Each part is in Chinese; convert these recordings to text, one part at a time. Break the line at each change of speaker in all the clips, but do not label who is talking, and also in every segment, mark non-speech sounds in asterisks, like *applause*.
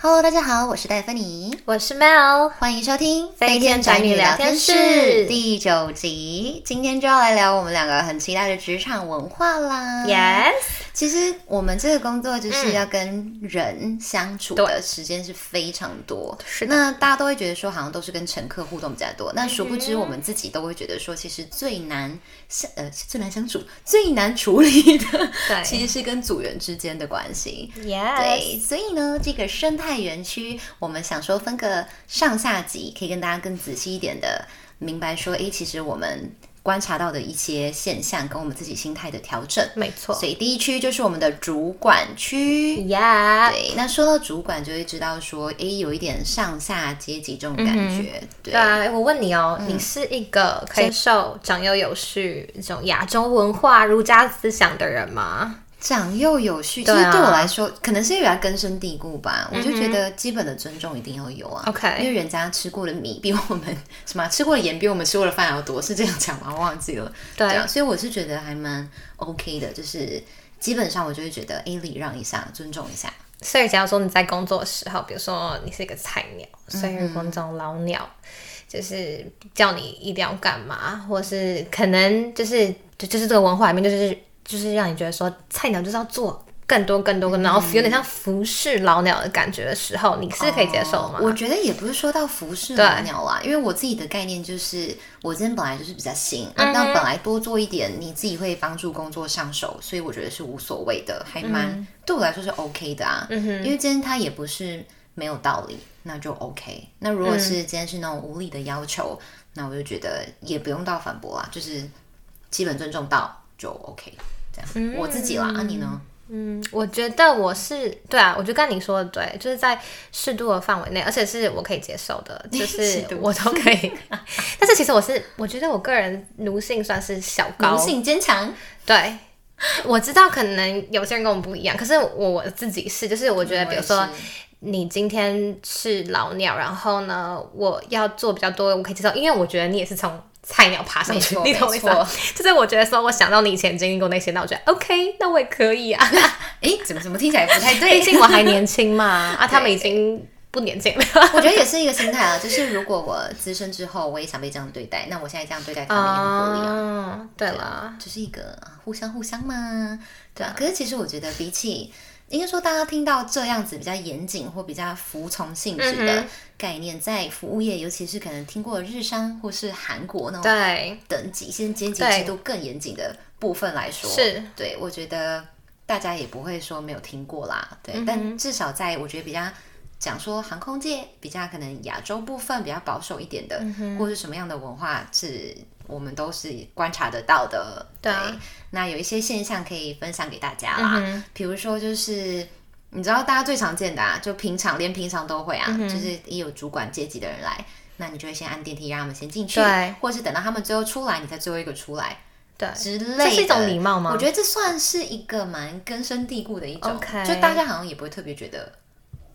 Hello，大家好，我是戴芬妮，
我是 Mel，
欢迎收听《
飞天宅女聊天室
第九集。今天就要来聊我们两个很期待的职场文化
嗯
啦。
Yes，嗯
其实我们这个工作就是要跟人相处的时间是非常多，
是的
那大家都会觉得说好像都是跟乘客互动比较多，那殊不
嗯
知我们自己都会觉得说，其实最难相呃最难相处、最难处理
*laughs*
的，
对
其实是跟组员之间的关系。
，Yes，
对，呃所以呢，这个生态园区，我们想说分个上下集，可以跟大家更仔细一点的明白说，诶，其实我们观察到的一些现象跟我们自己心态的调整。
没错嗯
所以第一区就是我们的主管区。
，Yeah，
对，那说到主管，就会知道说，诶，有一点上下阶级这种感觉。对
对啊，我问你哦，你是一个可以接受长幼有序这种亚洲文化、儒家思想的人吗？
长幼有序，其
对
实
啊嗯
对我来说，可能是因为它根深蒂固吧。我就觉得基本的尊重一定要有啊。
OK
因为人家吃过的米比我们什么啊吃过的盐比我们吃过的饭还要多，是这样讲吗？我忘记了。
对
啊，所以我是觉得还蛮 OK 的，就是基本上我就会觉得，哎，礼让一下，尊重一下。
所以，假如说你在工作的时候，比如说你是一个菜鸟，所以如果那种老鸟就是叫你一定要干嘛，或是可能就是就就是这个文化里面就是就是让你觉得说菜鸟就是要做更多更多更多，然后有点像服侍老鸟的感觉的时候，你是可以接受吗？
我觉得也不是说到服侍老鸟啦，因为我自己的概念就是，我今天本来就是比较新，啊那、本来多做一点，你自己会帮助工作上手，所以我觉得是无所谓的，还蛮、对我来说是 OK 的啊。因为今天他也不是没有道理，那就 OK。那如果是今天是那种无理的要求，那我就觉得也不用到反驳啦，就是基本尊重到就 OK。这样、我自己啦，啊你呢？
嗯，我觉得我是对啊，我就跟你说的对，就是在适度的范围内，而且是我可以接受的， *laughs* 就
适
是
度
我都可以。 *laughs* 但是其实我是，我觉得我个人奴性算是小高，
奴性坚强，
对。我知道可能有些人跟我们不一样，可是我我自己是，就是我觉得，比
嗯
如
我
说
也是
你今天是老鸟，然后呢，我要做比较多，我可以接受，因为我觉得你也是从菜鸟爬上去
没，错
你懂我意思吗
没？
就是我觉得说，我想到你以前经历过那些，那我觉得 OK，那我也可以
*laughs*
啊。
诶，怎么怎么听起来不太对？*laughs*
毕竟我还年轻嘛，啊，他们已经不年轻了。
*laughs* 我觉得也是一个心态啊，就是如果我资深之后，我也想被这样对待，那我现在这样对
*laughs*
待他们也很合理啊。
啊，对了，
就是一个啊互相互相嘛，对啊。可是其实我觉得，比起应该说大家听到这样子比较严谨或比较服从性质
嗯
的概念，在服务业，尤其是可能听过日商或是韩国那种
对，
等级、先阶级
对
制度更严谨的部分来说，
是
对我觉得大家也不会说没有听过啦，对。
嗯
但至少在我觉得比较。讲说航空界比较可能亚洲部分比较保守一点的，
嗯
或是什么样的文化是我们都是观察得到的。
对啊嗯
那有一些现象可以分享给大家啦，比如说就是。你知道大家最常见的啊，就平常连平常都会啊，
嗯
就是一有主管阶级的人来，那你就会先按电梯让他们先进去，
对
或者是等到他们最后出来，你才最后一个出来
对，
之类的。
这是一种礼貌吗
我觉得这算是一个蛮根深蒂固的一种
OK
就大家好像也不会特别觉得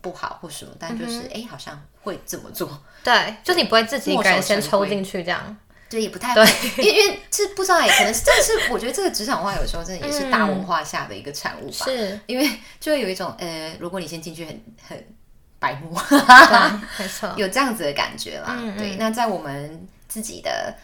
不好或什么，但
嗯
就是哎、诶好像会这么做， *laughs*
对，就是你不会自己一个人先抽进去这样。
对，也不太会，因为因为是不知道也哎可能是，但是我觉得这个职场文化有时候真的也是大文化下的一个产物吧，
嗯是，
因为就会有一种呃，如果你先进去很很白目，
对，啊没错。
有这样子的感觉啦。
嗯
对，那在我们自己的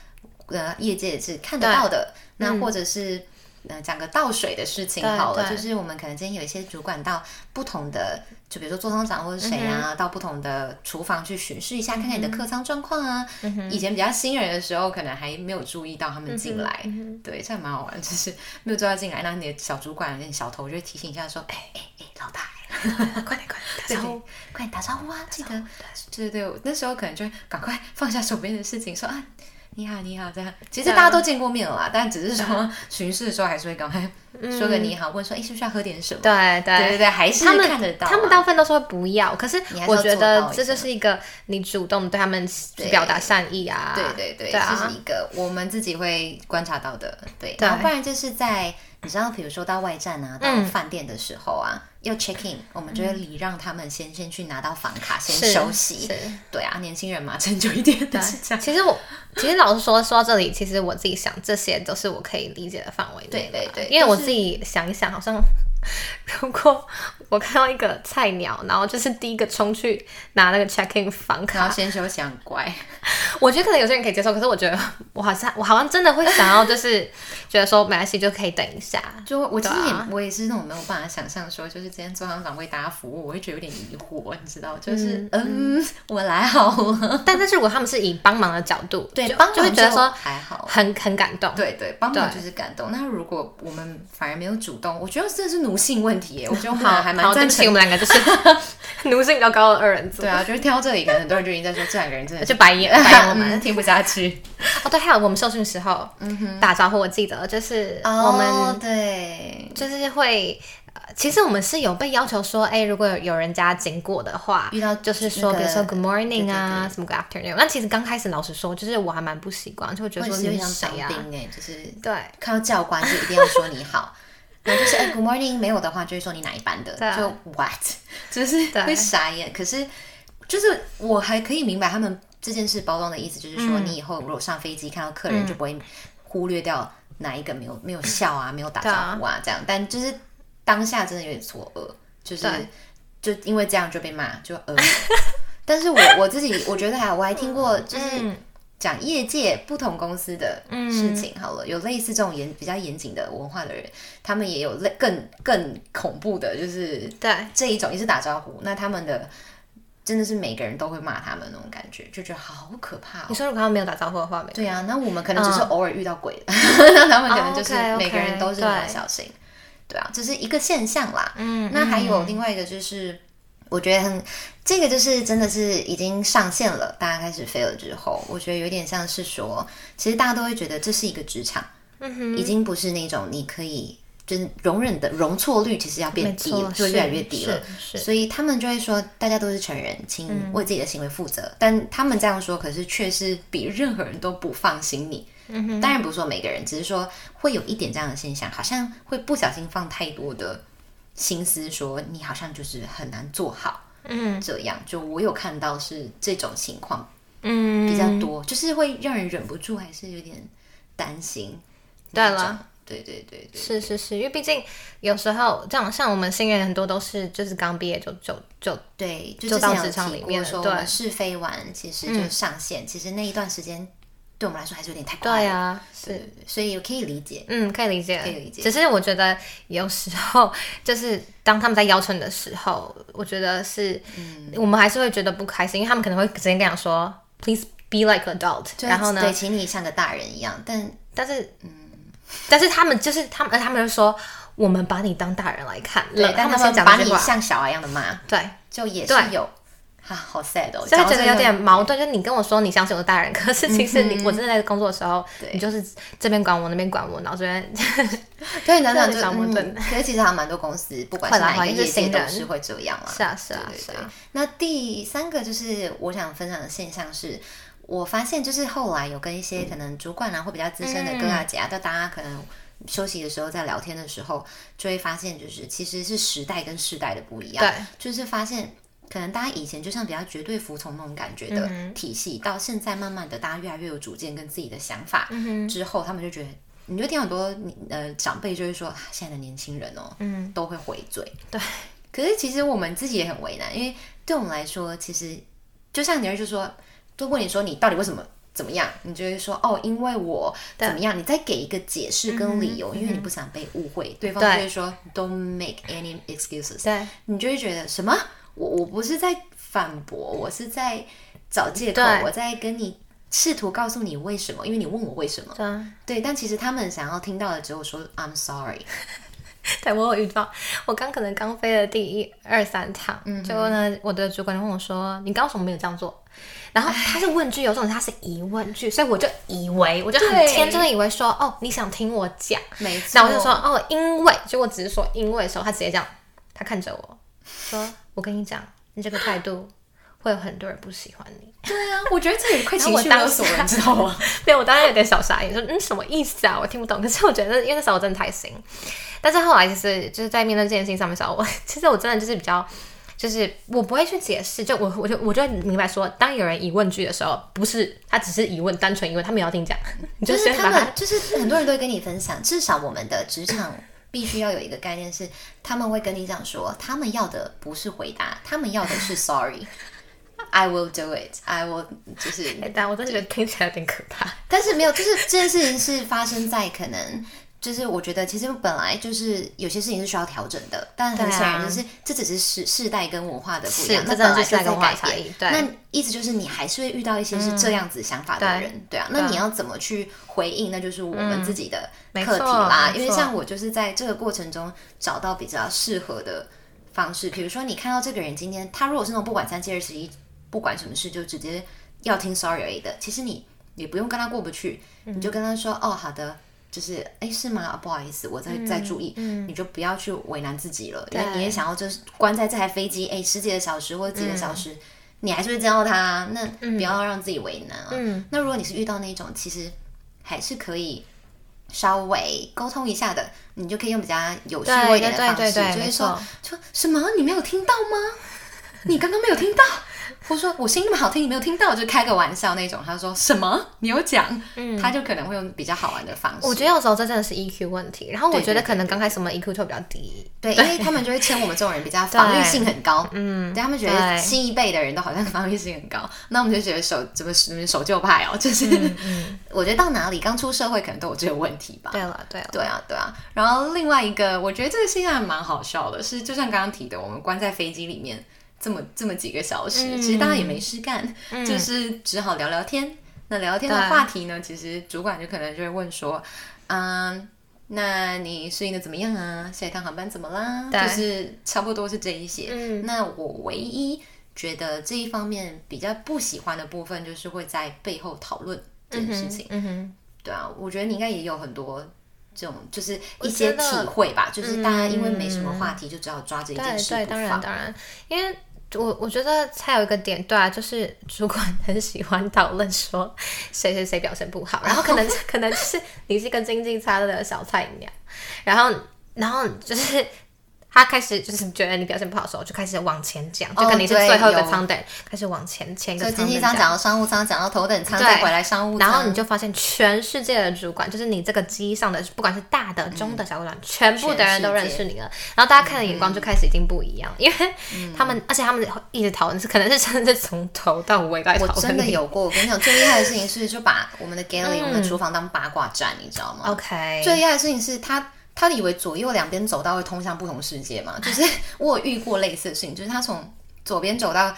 呃业界也是看得到的。那或者是、呃讲个倒水的事情
嗯对
好了，
对
就是我们可能今天有一些主管到不同的，就比如说做仓长或者谁
嗯
啊，到不同的厨房去巡视一下，看看你的客舱状况啊。
嗯
以前比较新人的时候，可能还没有注意到他们进
嗯
来，对，这还蛮好玩，就是没有注意到进来，那你的小主管、你的小头就会提醒一下说，哎哎哎，老大。
快点快
对
点，
对，快点打招呼啊！记得，对对对，我那时候可能就会赶快放下手边的事情，说啊，你好你好这样。其实
对啊
大家都见过面了啦，但只是说巡视的时候还是会赶快说个你好，问说哎是不是要喝点什么？
嗯对
对
对
对对，还是
他们
看得到啊。
他们大部分都说不要，可是
你还是要
我觉
做到
得
一
这就是一个你主动对他们表达善意啊。
对对对，
对
这
啊
是一个我们自己会观察到的，对。
对嗯
然后不然就是在你知道，比如说到外站啊，到饭店的时候啊，要 check in，我们就会礼让他们先先去拿到房卡，先
是
休息
是。
对啊，年轻人嘛，成就一点的是这样。
其实我，其实老实说，说到这里，其实我自己想，这些都是我可以理解的范围内
对
的啦
对对
因为
都
我
是
自己想一想，好像如果我看到一个菜鸟，然后就是第一个冲去拿那个 check in 房
然
卡
后，先休息很乖，
我觉得可能有些人可以接受，可是我觉得我好像我好像真的会想要，就是觉得说没关系就可以等一下。
就我其实
对
也、
啊
我也是那种没有办法想象说，就是今天做商长为大家服务，我会觉得有点疑惑，你知道，就是嗯我来好了，
但但是如果他们是以帮忙的角度，
对
就
帮忙
就会觉得
就
说
还好
很很感动。
对对，帮忙
对
就是感动。那如果我们反而没有主动，我觉得这是奴性问题耶，我觉得
*laughs*
我们
好，
还
好
蛮
对
赞
不起，我
成。
们两个就是 *laughs* 奴性比较高的二人组，
对啊，就是挑这里，可能很多人就已经在说这两个人真的
*laughs* 就白眼白眼我们。 *laughs*
嗯 *laughs* 听不下去。
哦，对，还有我们受训时候、打招呼，我记得就是我们、
嗯哦对，
就是会，呃其实我们是有被要求说，哎、如果有有人家经过的话，
遇到
就是说，
那个
比如说 Good morning 啊，
对对
什么 Good afternoon。那其实刚开始老实说，就是我还蛮不习惯，就会觉
或
得
者
说
是有
你
点
是
像
谁啊
当
呀、
兵哎，就是
对
看到教官就一定要说你好。然后就是哎、g o o d morning，没有的话就会说你哪一班的，
对啊
就 what，就是 *laughs*
对
会傻眼。可是就是我还可以明白他们这件事包装的意思，就是
嗯
说你以后如果上飞机看到客人，就不会忽略掉哪一个没有没有笑啊，没有打招呼啊这样。但就是当下真的有点错愕，就是
对
就因为这样就被骂，就呃。 *laughs* 但是我我自己我觉得还好，我还听过
嗯
就是。讲业界不同公司的事情好了，有类似这种严比较严谨的文化的人，他们也有类更更恐怖的，就是
对，
这一种也是打招呼，那他们的真的是每个人都会骂他们那种感觉，就觉得好可怕、哦
你。说如果他们没有打招呼的话，没
对啊，那我们可能只是偶尔遇到鬼， *laughs* 那、他们可能就是
嗯哦，OK，OK，
每个人都是很
对
小心。对啊，这是一个现象啦。
嗯
那还有另外一个就是，我觉得很这个就是真的是已经上线了，大家开始飞了之后，我觉得有点像是说，其实大家都会觉得这是一个职场，
嗯哼，
已经不是那种你可以就是容忍的容错率，其实要变
没
低
错
了，，就越来越低了。
是。嗯是
所以他们就会说，大家都是成人，请为自己的行为负责。但他们这样说，可是却是比任何人都不放心你。嗯、当然不是说每个人，只是说会有一点这样的现象，好像会不小心放太多的心思，说你好像就是很难做好。
嗯
这样就我有看到是这种情况
嗯，
比较多，就是会让人忍不住还是有点担心。
对
那种
了，
对对对对，
是是是，因为毕竟有时候这样，像我们新人很多都是就是刚毕业就就
哎
就
对，就
就
之
到
前有
职场
提
里
过
面嗯了
说
对
我们试飞完，其实就上线，其实那一段时间对我们来说还是有点太快
对
了，
啊，是
对对所以也可以理解。
嗯，可以理解，
可以理解
只是我觉得有时候就是当他们在邀请的时候，我觉得是、
嗯
我们还是会觉得不开心，因为他们可能会直接跟你说，please be like adult，
就
然后呢
对，，请你像个大人一样，但
但是嗯，但是他们就是他们，他们就说我们把你当大人来看
对
了，，
但他
们先
们
讲
把
这
你
句话，
像小孩一样的骂，
对，
就也是有，啊，好 sad 哦，
所以
讲到
觉
这
得
个
有点矛盾，就是你跟我说你相信我是大人，可是其实你、我真的在工作的时候，你就是这边管我那边管我，然后这边
对，难
这
想
样
就
小矛
嗯
盾，
可是其实还有蛮多公司，不管
会
是
啦
哪一个
会就是
业界
新
都
人
是会这样啦。
是啊是啊
对对
是
对
啊，
那第三个就是我想分享的现象是，我发现就是后来有跟一些可能主管啊或比较资深的哥啊姐啊，到大家可能休息的时候在聊天的时候，就会发现就是其实是时代跟世代的不一样，就是发现。可能大家以前就像比较绝对服从那种感觉的体系，到现在慢慢的大家越来越有主见跟自己的想法，之后他们就觉得，你就听很多你呃长辈就会说，啊现在的年轻人哦，嗯，都会回嘴，可是其实我们自己也很为难，因为对我们来说，其实就像你儿就说，都问你说你到底为什么怎么样，你就会说哦，因为我怎么样，你再给一个解释跟理由，因为你不想被误会，对方就会说 Don't make any excuses，
嗯对
你就会觉得什么？我我不是在反驳，我是在找借口
对，
我在跟你试图告诉你为什么，因为你问我为什么，
对啊。
对，但其实他们想要听到的只有说 I'm sorry，
对我有遇到，我刚可能刚飞了第一二三趟，结果呢，我的主管就问我说：“你刚刚为什么没有这样做？”然后他是问句，有种他是疑问句，所以我就以为，我就很
对
天真的以为说：“哦，你想听我讲。”
没错，
那我就说：“哦，因为。”结果只是说“因为”的时候，他直接这样，他看着我
*laughs*
说：“我跟你讲，你这个态度会有很多人不喜欢你。”
*laughs* 对啊，我觉得这也快
然后
情
我
绪
当
勒索了，
下
你知道 *laughs* 吗？
对，我当然有点小傻眼，说嗯什么意思啊，我听不懂。可 *laughs* 是我觉得，因为那时候我真的太新，但是后来就是就是在面对这件事情上面的时候，我 *laughs* 其实我真的就是比较。就是我不会去解释，就我我就我就会明白说，当有人疑问句的时候，不是他只是疑问，单纯疑问，他没有要听你讲，你
就是
先
他
把
们
他，
就是很多人都会跟你分享，至少我们的职场必须要有一个概念是，他们会跟你讲说，他们要的不是回答，他们要的是 sorry。I will do it. I will 就是
哎，但我真的觉得听起来有点可怕。
但是没有，就是这件事情是发生在可能，就是我觉得其实本来就是有些事情是需要调整的，但很显然就是、这只是世世代跟文化的不一样，
啊是
那
这真的
本来
是世代
在
跟文化
改
差
变
异。对
那意思就是你还是会遇到一些是这样子想法的人，
嗯
对啊，那你要怎么去回应，那就是我们自己的
没
课题
错
啦。
没
因为
错
像我就是在这个过程中找到比较适合的方式，比如说你看到这个人今天他如果是那种不管三七二十一，不管什么事就直接要听 sorry 而已的，其实你也不用跟他过不去，你
嗯
就跟他说哦好的。就是哎，是吗？啊不好意思，我再再注意，你就不要去为难自己了，因为
嗯对
你也想要就是关在这台飞机哎十几个小时或者几个
嗯
小时，你还是会见到他啊，那不要让自己为难啊。
嗯
那如果你是遇到那种其实还是可以稍微沟通一下的，你就可以用比较有趣味一点的
对对
方
对
式，
对对
就
没
是
错
说，说什么你没有听到吗？ *laughs* 你刚刚没有听到？我说我声音那么好听，你没有听到，就开个玩笑那种。他说什么？你有讲？他就可能会用比较好玩的方式。
嗯我觉得有时候这真的是 EQ 问题，然后我
对
觉得
对
可能刚开始我们 EQ 就比较低，
对，因为他们就会称我们这种人比较防御性很
*laughs*
高，嗯，对他们觉得
对
新一辈的人都好像防御性很高，那我们就觉得守怎么怎么守旧派哦，就是、
嗯
*laughs* 我觉得到哪里刚出社会可能都有这个问题吧。
对了对了，
对啊，对啊。然后另外一个，我觉得这个现象还蛮好笑的，是就像刚刚提的，我们关在飞机里面这么这么几个小时，
嗯
其实大家也没事干，就是只好聊聊天。那聊天的
对
话题呢，其实主管就可能就会问说，嗯。那你适应的怎么样啊？下一趟航班怎么啦？
对嗯
就是差不多是这一些。那我唯一觉得这一方面比较不喜欢的部分，就是会在背后讨论这件事情。
嗯哼，
对啊，我觉得你应该也有很多这种，就是一
觉
些
得嗯
体会吧，就是大家因为没什么话题，就只好抓着一件
对
事
对，
不
当然
放。
当然，因为。我我觉得还有一个点，对啊，就是主管很喜欢讨论说谁谁谁表现不好，然
*laughs*
后可能可能就是你是一个经济差的小菜鸟，然后然后就是他开始就是觉得你表现不好的时候，就开始往前讲，就
哦
肯定是
对
最后一个
有
舱等，开始往前前一
所
个
以经
舱
济
等
舱讲到商务舱，讲到头等舱，
对
再回来商务舱，
然后你就发现，全世界的主管，就是你这个机上的，不管是大的、中
嗯
的、小主管，全部的人都认识你了。然后大家看的眼光就开始已经不一样，因为
嗯
他们，而且他们一直讨论，是可能是真的是从头到尾都在讨
我
论。
真的。有过。我跟你讲，最厉害的事情是就把我
*laughs*
们的 galley、我们的
嗯
厨房当八卦站，你知道吗？
OK，
最厉害的事情是他。他以为左右两边走道会通向不同世界嘛？就是 *laughs* 我有遇过类似的事情，就是他从左边走到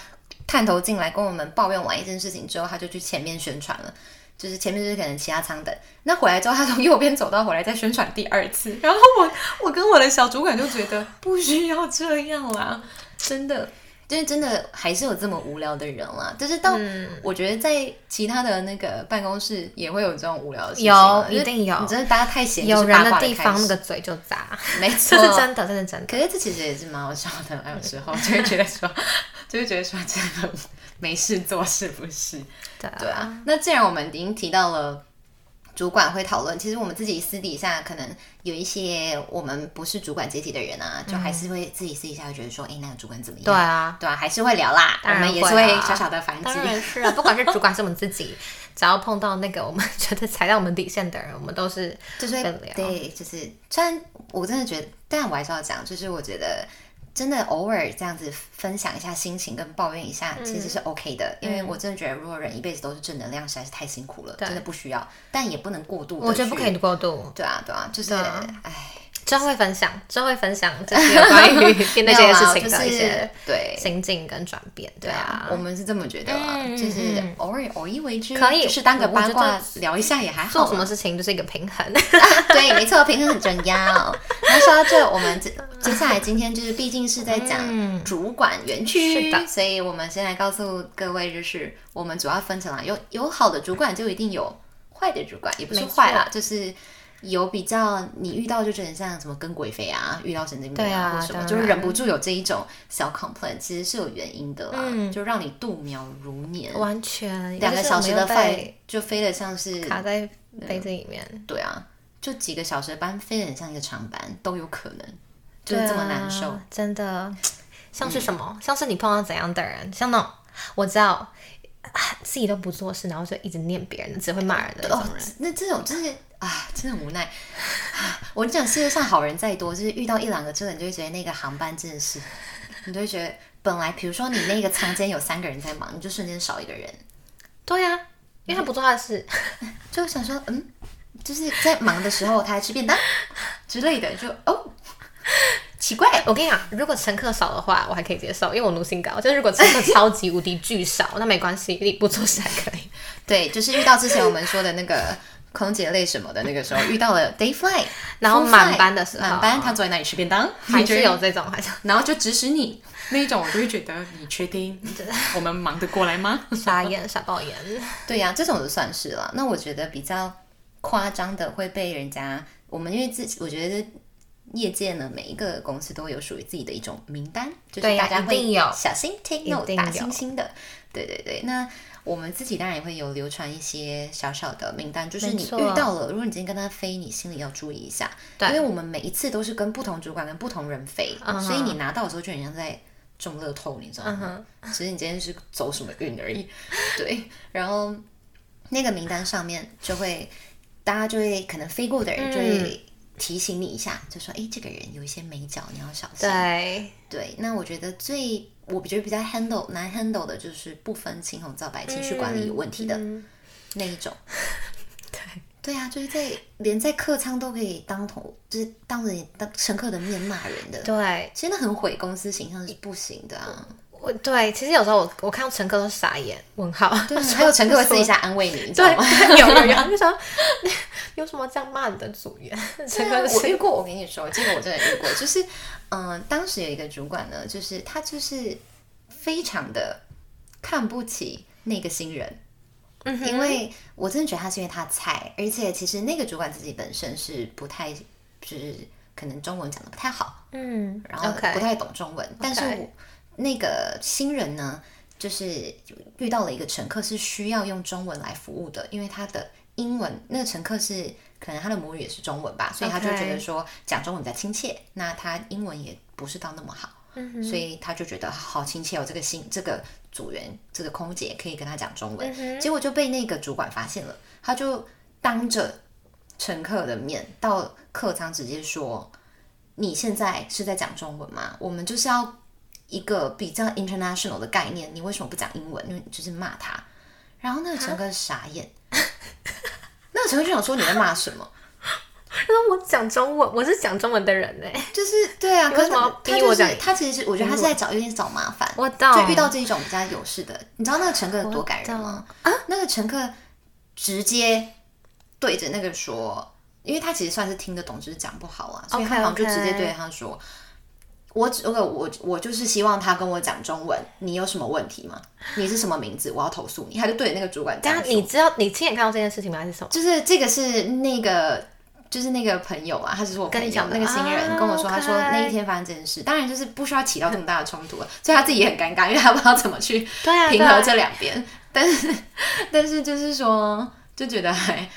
探头进来跟我们抱怨完一件事情之后，他就去前面宣传了，就是前面就是可能其他舱等。那回来之后，他从右边走到回来再宣传第二次，然后我我跟我的小主管就觉得不需要这样啦，真的。就是真的还是有这么无聊的人啦，就是到、
嗯
我觉得在其他的那个办公室也会有这种无聊的事情啊，
有一定有
你真的大家太闲，
有
就是
人
八
的
卦
地
开
方，
始
那个嘴就砸，
没
这
错，
是 *laughs* 真的，这是真的。
可是这其实也是蛮好笑的啦，有时候 *laughs* 就会觉得说，就会觉得说真的没事做是不
*laughs*
是？
对啊
对啊。那既然我们已经提到了。主管会讨论，其实我们自己私底下可能有一些我们不是主管阶级的人啊，就还是会自己私底下会觉得说，哎、那个主管怎么样？
嗯对啊，
对啊，还是会聊啦，我
当然
们也是
会啊
会小小的反击
当。然是啊，不管是主管还是我们自己，只要碰到那个我们觉得踩到我们底线的人，我们都是
就是
会
会
聊
对，就是虽然我真的觉得，但我还是要讲，就是我觉得真的偶尔这样子分享一下心情跟抱怨一下，其
嗯
实是 OK 的，因为我真的觉得，如果人一辈子都是正能量，实在是太辛苦了，
对
真的不需要，但也不能过度。
我觉得不可以。过度。
对啊，对啊，就是
对啊
哎，
之后会分享，之后会分享就是有关于
*laughs*
那
没
些
有啦
事情
就是
的一些
对
心境跟转变，对
对啊
啊，，
我们是这么觉得啦，
嗯
就是
嗯
偶尔偶一为之，
可以
就是当个
我觉
八
得
卦聊一下也还好
做
啦。
什么事情就是一个平衡，
*laughs* 对，没错，平衡很重要。那说到这，我们接接下来今天就是毕竟是在讲主管园区，
嗯是的
所以我们先来告诉各位，就是我们主要分成了有有好的主管，就一定有坏的主管，也不是
没错
坏啦，就是。有比较，你遇到就觉得很像什么跟鬼匪啊，遇到神经病
对啊
或什么，
当
就是
然
忍不住有这一种小 complaint，其实是有原因的啦，
嗯
就让你度秒如年，
完全
两个小时的
飞
饭就飞得像是
卡在杯子里面，
对啊，就几个小时的班飞得很像一个长班都有可能，就是这么难受。
对啊，真的像是什么？像是你碰到怎样的人？像那种我知道啊自己都不做事，然后就一直念别人，只会骂人的那
哦
啊种人。，
那这种就是啊，真的很无奈。啊我跟你讲世界上好人再多，就是遇到一两个真的，你就会觉得那个航班真的是，你就会觉得本来比如说你那个舱间有三个人在忙，你就瞬间少一个人，
对呀、因为他不做他的事，
就想说嗯，就是在忙的时候他还吃便当之类的，就哦，奇怪。
我跟你讲，如果乘客少的话，我还可以接受，因为我奴性高。就是如果乘客超级无敌巨少，那没关系，你不做事还可以。
对，就是遇到之前我们说的那个空姐类什么的那个时候，遇到了 day flight，
然后
full flight，
满班的时候
满班他坐在那里吃便当，*laughs*
还
你觉
是
得
有这种，还是
然后就指使你那一种，我就会觉得你确 *laughs* 定我们忙得过来吗？
*laughs* 傻眼、傻爆眼。
*laughs* 对呀、这种就算是了。那我觉得比较夸张的会被人家，我们因为自己，我觉得业界呢，每一个公司都有属于自己的一种名单，就是
对呀
大家
一定
会
有
小心 take
一
note
定
打
有
星星的。对对对，那。我们自己当然也会有流传一些小小的名单，就是你
没错
遇到了，如果你今天跟他飞，你心里要注意一下，
对
因为我们每一次都是跟不同主管、跟不同人飞，
嗯哼
所以你拿到的时候就很像在中乐透，你知道吗？
嗯哼，
其实你今天是走什么运而已。对，然后那个名单上面就会，大家就会可能飞过的人就会
嗯
提醒你一下，就说：“哎，这个人有一些眉角，你要小心。
*laughs* 对，
对，那我觉得最我觉得比较 handle 难 handle 的就是不分青红皂白、情绪管理有问题的
嗯
那一
*laughs*
种。对啊，就是在连在客舱都可以当头，就是当着你当乘客的面骂人的，
对，
其实那很毁公司形象是不行的啊。
我对，其实有时候我我看到乘客都傻眼，问号。
对， *laughs* 还有乘客会私底下安慰你，你知道
*laughs* 对
吗？，
有有有，就想 *laughs* 有什么这样骂你的组员？乘客
啊我遇
是
过，我跟你说，这个我真的遇过，就是，嗯、当时有一个主管呢，就是他就是非常的看不起那个新人，
嗯哼
因为我真的觉得他是因为他菜，而且其实那个主管自己本身是不太，就是可能中文讲的不太好，
嗯，
然后
OK
不太懂中文但是我那个新人呢，就是遇到了一个乘客是需要用中文来服务的，因为他的英文那个乘客是可能他的母语也是中文吧，所以他就
OK
觉得说讲中文比较亲切，那他英文也不是到那么好。所以他就觉得好亲切哦，这个新这个组员这个空姐可以跟他讲中文，结果就被那个主管发现了，他就当着乘客的面到客舱直接说：“你现在是在讲中文吗？我们就是要一个比较 international 的概念，你为什么不讲英文？因为你就是骂他。”然后那个乘客傻眼， *laughs* 那个乘客就想说你在骂什么？
他说我讲中文，我是讲中文的人欸呢。
就是对啊，
你
可
为
是
什么要
他他
逼
就
我
是
讲
他其实是我觉得他是在找有点找麻烦，
我懂
就遇到这种比较有事的，你知道那个乘客有多感人吗？啊，那个乘客直接对着那个说，因为他其实算是听得懂，只是讲不好啊，所以他好像就
OK，OK
直接对他说。我只我我我就是希望他跟我讲中文，你有什么问题吗？你是什么名字？我要投诉你。他就对着那个主管
等
讲
下
说，
你知道你亲眼看到这件事情吗？还是什么？
就是这个是那个就是那个朋友啊，他只是我朋
跟
友
你讲的
那个新人
啊
跟我说，他说
OK
那一天发生这件事，当然就是不需要起到这么大的冲突了，所以他自己也很尴尬，因为他不知道怎么 *laughs* 去
对啊，
平
对啊
衡这两边。但是但是就是说，就觉得还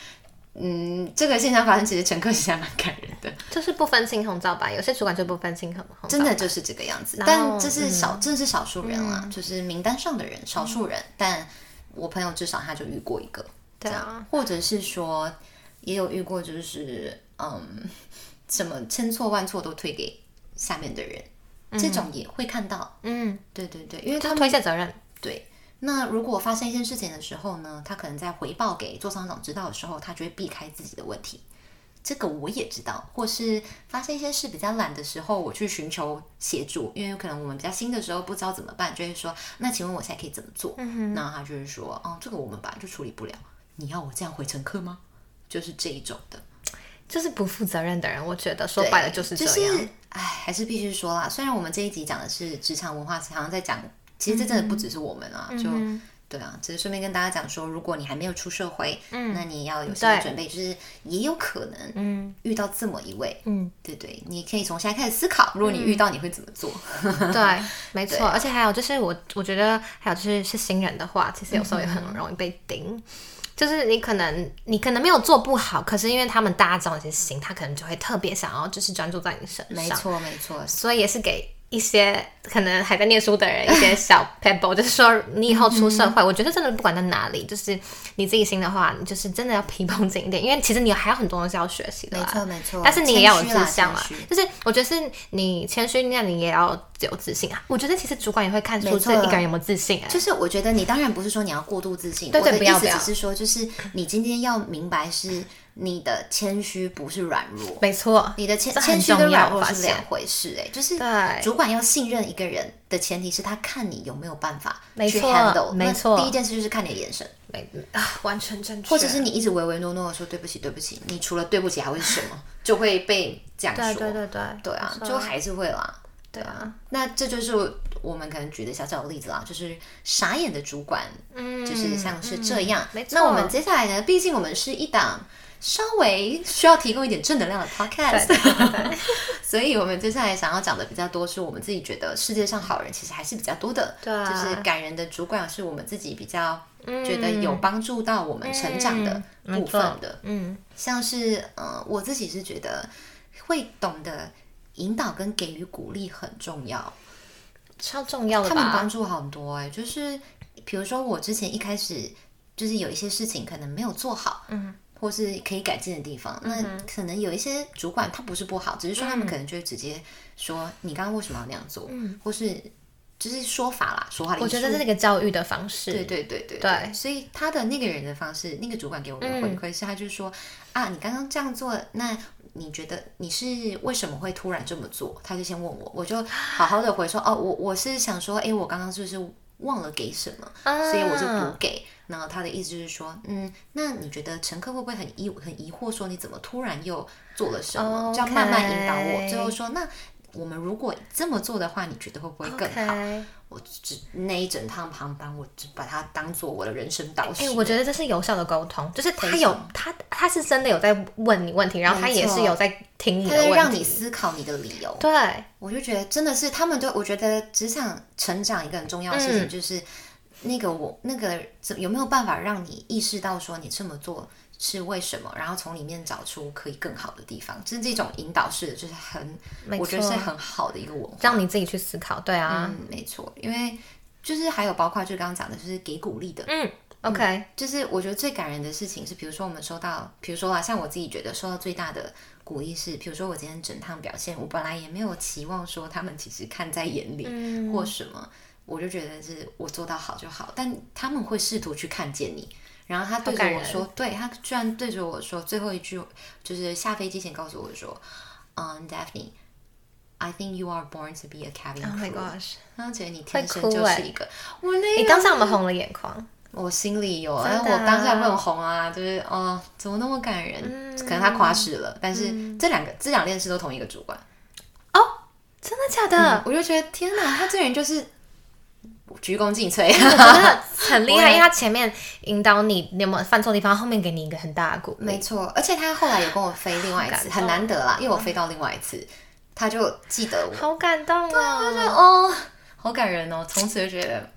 嗯，这个现象发生，其实乘客其实还蛮感人的，
就是不分青红皂白，有些主管就不分青红红皂白
真的就是这个样子。
然后
但这是少，这是少数人啦，就是名单上的人，少数人。但我朋友至少他就遇过一个。
对啊，
或者是说也有遇过，就是嗯，什么千错万错都推给下面的人，这种也会看到。
嗯，
对对对，因为
就
他
是推卸责任，
对。那如果发生一件事情的时候呢，他可能在回报给座舱长知道的时候，他就会避开自己的问题。这个我也知道，或是发生一些事比较懒的时候，我去寻求协助，因为可能我们比较新的时候不知道怎么办，就会说：“那请问我现在可以怎么做？”那他就是说：“哦，这个我们本来就处理不了，你要我这样回乘客吗？”就是这一种的。
就是不负责任的人，我觉得说
对
白了就是这
就
样。
是，哎，还是必须说啦。虽然我们这一集讲的是职场文化，好像在讲，其实这真
嗯
的不只是我们啊，就。对啊，只是顺便跟大家讲说，如果你还没有出社会，嗯，那你也要有心理
对
准备，就是也有可能，嗯，遇到这么一位，
嗯，
对对，你可以从现在开始思考，如果你遇到，你会怎么
*laughs*
做？
对，没错。而且还有就是我，我觉得还有就是是新人的话，其实有时候也很容易被盯。就是你可能你可能没有做不好，可是因为他们大家知道你是新，他可能就会特别想要就是专注在你身上。
没错，没错，
所以也是给一些可能还在念书的人一
*laughs*
些小 pebble，就是说你以后出社
嗯
会，我觉得真的不管在哪里，就是你自己心的话，你就是真的要皮绷紧一点，因为其实你还有很多东西要学习的
没
啦。
错没错
但是你也要有
谦
志
虚啦
向啊
谦虚，
就是我觉得是你谦虚，那你也要有自信啊。我觉得其实主管也会看出
没
这
错
一个人有没有自信啊。
就是我觉得你当然不是说你要过度自信，
对对
我的
不
意
要
思
不要
只是说，就是你今天要明白是你的谦虚不是软弱，
没错，
你的谦
这很
谦虚跟
重要
软
我
弱
发
是
现
两回事、哎，就是
对
主管要信任一个人的前提是他看你有没有办法
没
去
错
handle，
没
那
错
第一件事就是看你的眼神，
没啊，完全正确。
或者是你一直唯唯诺诺的说对不起对不起，你除了对不起还会是什
*laughs*
么，就会被这样
对
说，
对对对
对啊，
没错
就还是会啦。
对啊，
那这就是我们可能举的小小的例子啦，就是傻眼的主管，
嗯
就是像是这样。
嗯没错
那我们接下来呢？毕竟我们是一档稍微需要提供一点正能量的 podcast，所 *laughs* 以我们接下来想要讲的比较多，是我们自己觉得世界上好人其实还是比较多的，
对啊
就是感人的主管是我们自己比较觉得有帮助到我们成长的
没
部
错
分的。
嗯，
像是呃，我自己是觉得会懂得引导跟给予鼓励很重要，
超重要的
他们
吧？
帮助很多哎、就是比如说我之前一开始就是有一些事情可能没有做好，嗯。或是可以改进的地方，
嗯
那可能有一些主管他不是不好，只是说他们可能就会直接说你刚刚为什么要那样做，或是就是说法啦，说话的
嗯我
艺术
觉得这是一个教育的方式。
对对对对
对嗯
所以他的那个人的方式，那个主管给我的回馈是，他就说、啊，你刚刚这样做，那你觉得你是为什么会突然这么做？他就先问我，我就好好的回说，哦，我我是想说，哎诶，我刚刚是不是忘了给什么，
啊
所以我就补给。然后他的意思就是说，嗯，那你觉得乘客会不会很疑很疑惑，说你怎么突然又做了什
哦
么？这样慢慢引导我。
OK
最后说，那我们如果这么做的话，你觉得会不会更好
OK
我只那一整趟旁班，我只把它当做我的人生导师。
哎、我觉得这是有效的沟通，就是他
非
有
常
他他是真的有在问你问题，然后他
没
也
错
是有在听你
它
的
会
问
让你
题。
思考你的理由。
对，
我就觉得真的是他们对我觉得职场成长一个很重要的事情、就是那个我那个怎有没有办法让你意识到说你这么做是为什么，然后从里面找出可以更好的地方，就是这种引导式的，就是很
没错
我觉得是很好的一个文化。
让你自己去思考。对啊、
嗯，没错，因为就是还有包括就刚刚讲的，就是给鼓励的，嗯
o k
就是我觉得最感人的事情是，比如说我们收到，比如说啊，像我自己觉得收到最大的鼓励是，比如说我今天整趟表现，我本来也没有期望说他们其实看在眼里、
嗯
或什么，我就觉得是我做到好就好，但他们会试图去看见你。然后他对着
感
我
人
说，对他居然对着我说最后一句，就是下飞机前告诉我说，嗯、d a p h n e I think you are born to be a cabin
Oh my
crew、
gosh！
他觉得你天生
会哭
就
欸
是一个，我那
你当下有没有红了眼眶？
我心里有，
真
哎、
的啊
我当下会很红啊，就是哦，怎么那么感人？可能他夸饰了，但是这两个、这两件事都同一个主管，
真的假的？
我就觉得天哪，他这个人就是鞠躬尽瘁。
我觉得很厉害，因为他前面引导你，你有没有犯错的地方，后面给你一个很大的鼓
*laughs*
励。
没错，而且他后来有跟我飞另外一
好感
次，
动
很嗯难得啦，因为我飞到另外一次，他就记得我，
好感动
我就觉
哦！
得哦，好感人哦，从此就觉得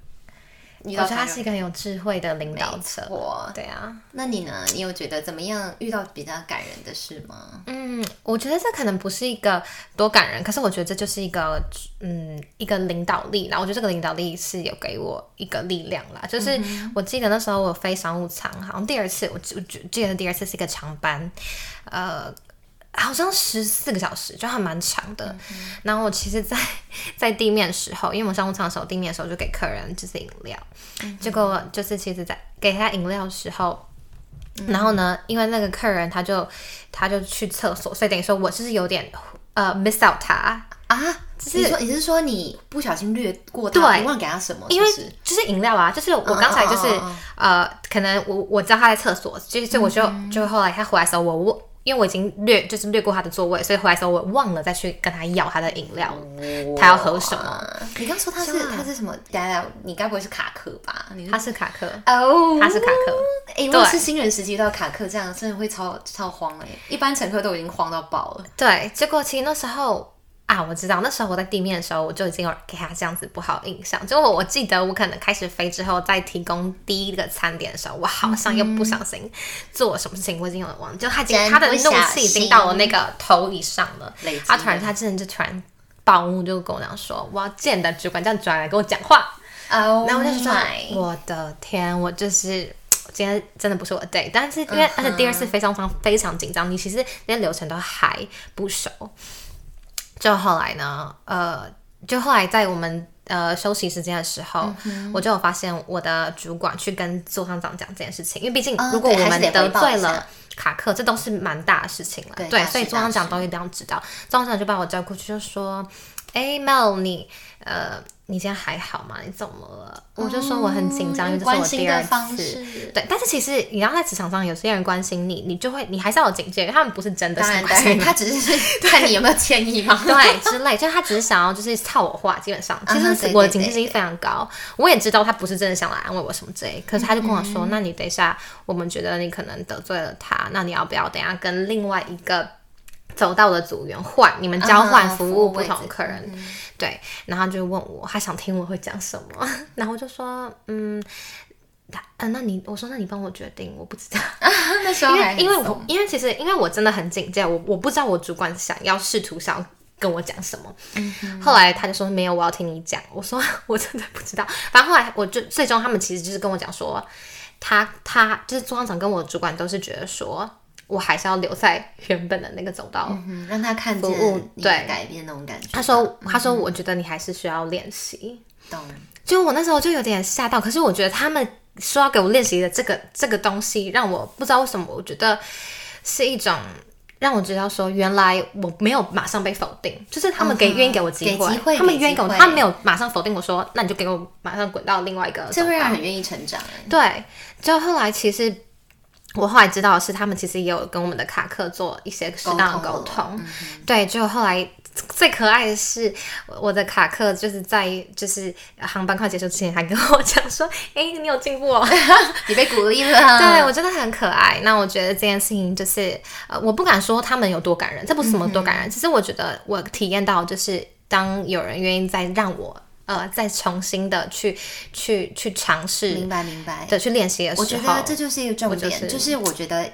遇
我
到
觉得他
就是
一个很有智慧的领导
没
者。
错
对啊，
那你呢？你有觉得怎么样遇到比较感人的事吗？
嗯，我觉得这可能不是一个多感人，可是我觉得这就是一个嗯一个领导力啦。然后我觉得这个领导力是有给我一个力量啦。就是我记得那时候我飞商务舱，好像第二次我记我记记得第二次是一个长班，呃。好像十四个小时，就还蛮长的。然后我其实在，在地面的时候，因为我们商务舱的时候，地面的时候就给客人就是饮料，结果就是其实在给他饮料的时候，
嗯
然后呢，因为那个客人他就他就去厕所，所以等于说我就是有点呃 miss out 他，
啊，
是
你说你是说你不小心略过他，
对
你忘了给他什么？
因为
是不是
就是饮料啊，就是我刚才就是、
嗯嗯嗯
呃，可能我我知道他在厕所，所以所以我就、
嗯
就后来他回来的时候我，我因为我已经略就是略过他的座位，所以回来的时候我忘了再去跟他要他的饮料，他要喝什么？
你刚说他是他是什么？等一下，你该不会是卡克吧？你
啊他是卡克，
哦，
他是卡克。
哎，如果是新人时期遇到卡克这样，真的会超超慌哎、一般乘客都已经慌到爆了。
对，结果其实那时候啊，我知道那时候我在地面的时候，我就已经有给他这样子不好的印象。结果我记得我可能开始飞之后，在提供第一个餐点的时候，我好像又不小心做了什么事情，我已经有点忘了。就他已经
真
他的
不
怒
小
气已经
心
到我那个头以上了
累积，
他突然
了
他真的就突然保姆就跟我讲说，我要见你的主管这样转来跟我讲话。
哦，
然后我就说
my，
我的天，我就是。今天真的不是我的 day，但是因为、而且第二次非常非常非常紧张，你其实那些流程都还不熟。就后来呢，呃，就后来在我们呃休息时间的时候，
嗯
我就有发现我的主管去跟座上长讲这件事情，因为毕竟
哦
如果
对
我
还
们
是得
得
汇报
罪
一下
了卡克，这都是蛮大的事情了。
对
对
大，
所以
事
座
大
上长
事
都一定要知道。座上长就把我叫过去，就说：“哎，Mel，你呃，你今天还好吗？你怎么了？”我就说我很紧张，因为这是
嗯关
我
心
第
的
二
方
次。
式，
对，但是其实你要在职场上，有些人关心你，你就会，你还是要有警戒，因为他们不是真的
当
想
然
关
当
心
然，
你，
他只是 *laughs* 看你有没有歉意
*laughs*
*laughs* 嘛。
对之类，就是他只是想要就是套我话，基本上其
嗯哼
实
对
我的
对
警
对
惕性非常高，我也知道他不是真的想来安慰我什么之类，可是他就跟我说，那你等一下，我们觉得你可能得罪了他，那你要不要等一下跟另外一个走到的组员换，你们交换
嗯
服
服
务
务
不
位
同
置
客人，
嗯
对，然后他就问我，他想听我会讲什么， *laughs* 然后我就说，嗯。他嗯，那你我说，那你帮我决定，我不知道。
那时候
因
还
为
很
因为
怂
我因为其实因为我真的很警戒，我我不知道我主管想要试图想要跟我讲什么。
嗯
后来他就说没有，我要听你讲。我说 *laughs* 我真的不知道。反正后来我就最终他们其实就是跟我讲说，他他就是朱行长跟我主管都是觉得说我还是要留在原本的那个走道。
嗯让他看
服务
见你的
对
改变那种感觉。
他说他
嗯
说我觉得你还是需要练习。
懂，
就我那时候就有点吓到，可是我觉得他们说要给我练习的这个这个东西，让我不知道为什么，我觉得是一种让我知道说，原来我没有马上被否定，就是他们给
嗯哼
愿意给我机
给
会，
机会
他们
给
愿意
机
给我，
会
他们没有马上否定我说，那你就给我马上滚到另外一个
这
走
会让
道
人很愿意成长哎。
对，就后来其实我后来知道的是，他们其实也有跟我们的卡克做一些适当的沟
沟通嗯
通。对，就后来最可爱的是，我我的卡克就是在就是航班快结束之前还跟我讲说：“哎、你有进步
*laughs*
哦。”
你被鼓励了，
*laughs* 对，我真的很可爱。那我觉得这件事情就是，呃，我不敢说他们有多感人，这不是什么多
嗯
感人，只是我觉得我体验到，就是当有人愿意再让我，呃，再重新的去去去尝试
明白明白。
的去练习的时候，
我觉得这就是一个重
就
点，
是
就是我觉得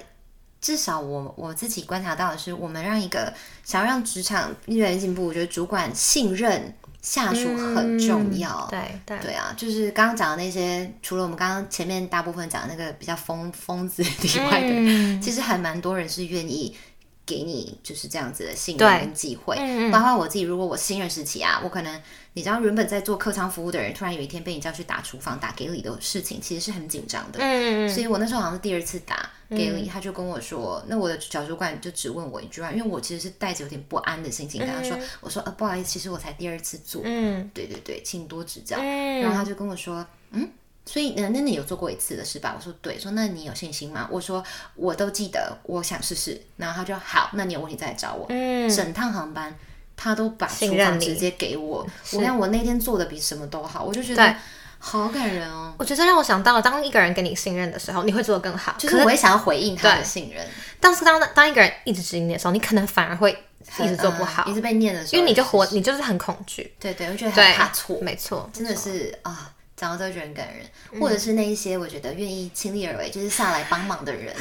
至少我我自己观察到的是，我们让一个想要让职场越来越进步，我觉得主管信任下属很重要。
嗯对对
*laughs* 对啊，就是刚刚讲的那些，除了我们刚刚前面大部分讲的那个比较疯疯子以外的，
嗯
其实还蛮多人是愿意给你就是这样子的信
对
任跟机会。
嗯
包括我自己，如果我新人时期啊，我可能你知道，原本在做客舱服务的人，突然有一天被你叫去打厨房、打给理的事情，其实是很紧张的。
嗯
所以我那时候好像是第二次打给理，他就跟我说，那我的小主管就只问我一句话，因为我其实是带着有点不安的心情跟他说，我说呃不好意思，其实我才第二次做，
嗯
对对对，请多指教。
嗯，
然后他就跟我说，嗯，所以那那你有做过一次的是吧？我说对，说那你有信心吗？我说我都记得，我想试试。然后他就好，那你有问题再来找我。
嗯
整趟航班他都把
信
厨
任
房
你
直接给我，我看我那天做的比什么都好，我就觉
对
得好感人哦。
我觉得让我想到，当一个人给你信任的时候，你会做得更好。
就是
可
我
是，
也想要回应他
对
的信任，
但是当当一个人一直指引你的时候，你可能反而会一直做不好，
嗯一直被念的时候，
因为你就活，
是
你就是很恐惧。
对对，我觉得
对
很，怕错，
没错，
真的是啊，讲到这个就很感人。或者
嗯
是那一些我觉得愿意亲力而为，就是下来帮忙的人，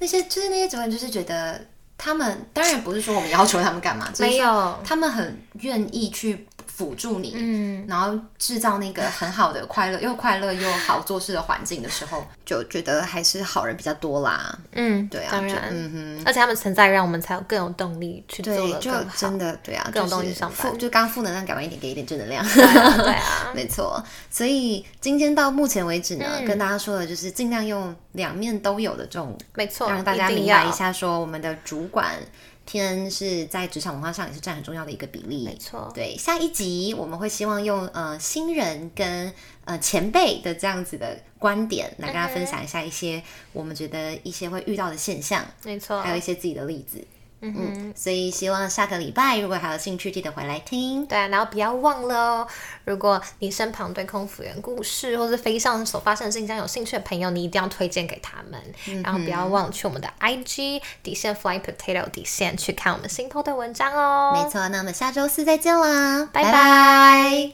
那些就是那些主管，就是觉得他们当然不是说我们要求他们干嘛，只是
没
说
有，
他们很愿意去辅助你，
嗯，
然后制造那个很好的快乐又快乐又好做事的环境的时候，就觉得还是好人比较多啦。
嗯，
对啊，
当
就
然，
嗯哼。
而且他们存在，让我们才有更有动力去做
对，
得
就
更好。
真的对啊，
更
就
有动力
是
上
负
班
就刚负能量改完一点，给一点正
*laughs*
能量。
对
*laughs*
啊，对啊，
没错，所以今天到目前为止呢，
嗯
跟大家说的就是尽量用两面都有的这种，
没错，
让大家
一定
明白
要
一，下，说我们的主管天是在职场文化上也是占很重要的一个比
没
例。
错，
对，下一集我们会希望用呃新人跟呃前辈的这样子的观点来跟大家分
嗯
享一下一些我们觉得一些会遇到的现象，
没错
还，有一些自己的例子。
嗯哼。
嗯，所以希望下个礼拜如果还有兴趣，记得回来听。
对啊，然后不要忘了哦，如果你身旁对空服员故事或是飞机上所发生的事情有兴趣的朋友，你一定要推荐给他们。然后不要忘了去我们的 IG 底线 Fly Potato 底线去看我们新 PO 的文章哦。
没错，那我们下周四再见啦，
拜
拜